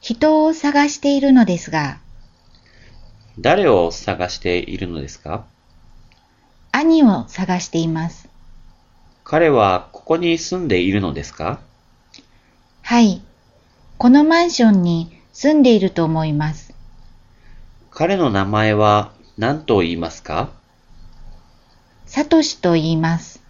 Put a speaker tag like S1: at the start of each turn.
S1: 人を探しているのですが、
S2: 誰を探しているのですか
S1: 兄を探しています。
S2: 彼はここに住んでいるのですか
S1: はい。このマンションに住んでいると思います。
S2: 彼の名前は何と言いますか
S1: サトシと言います。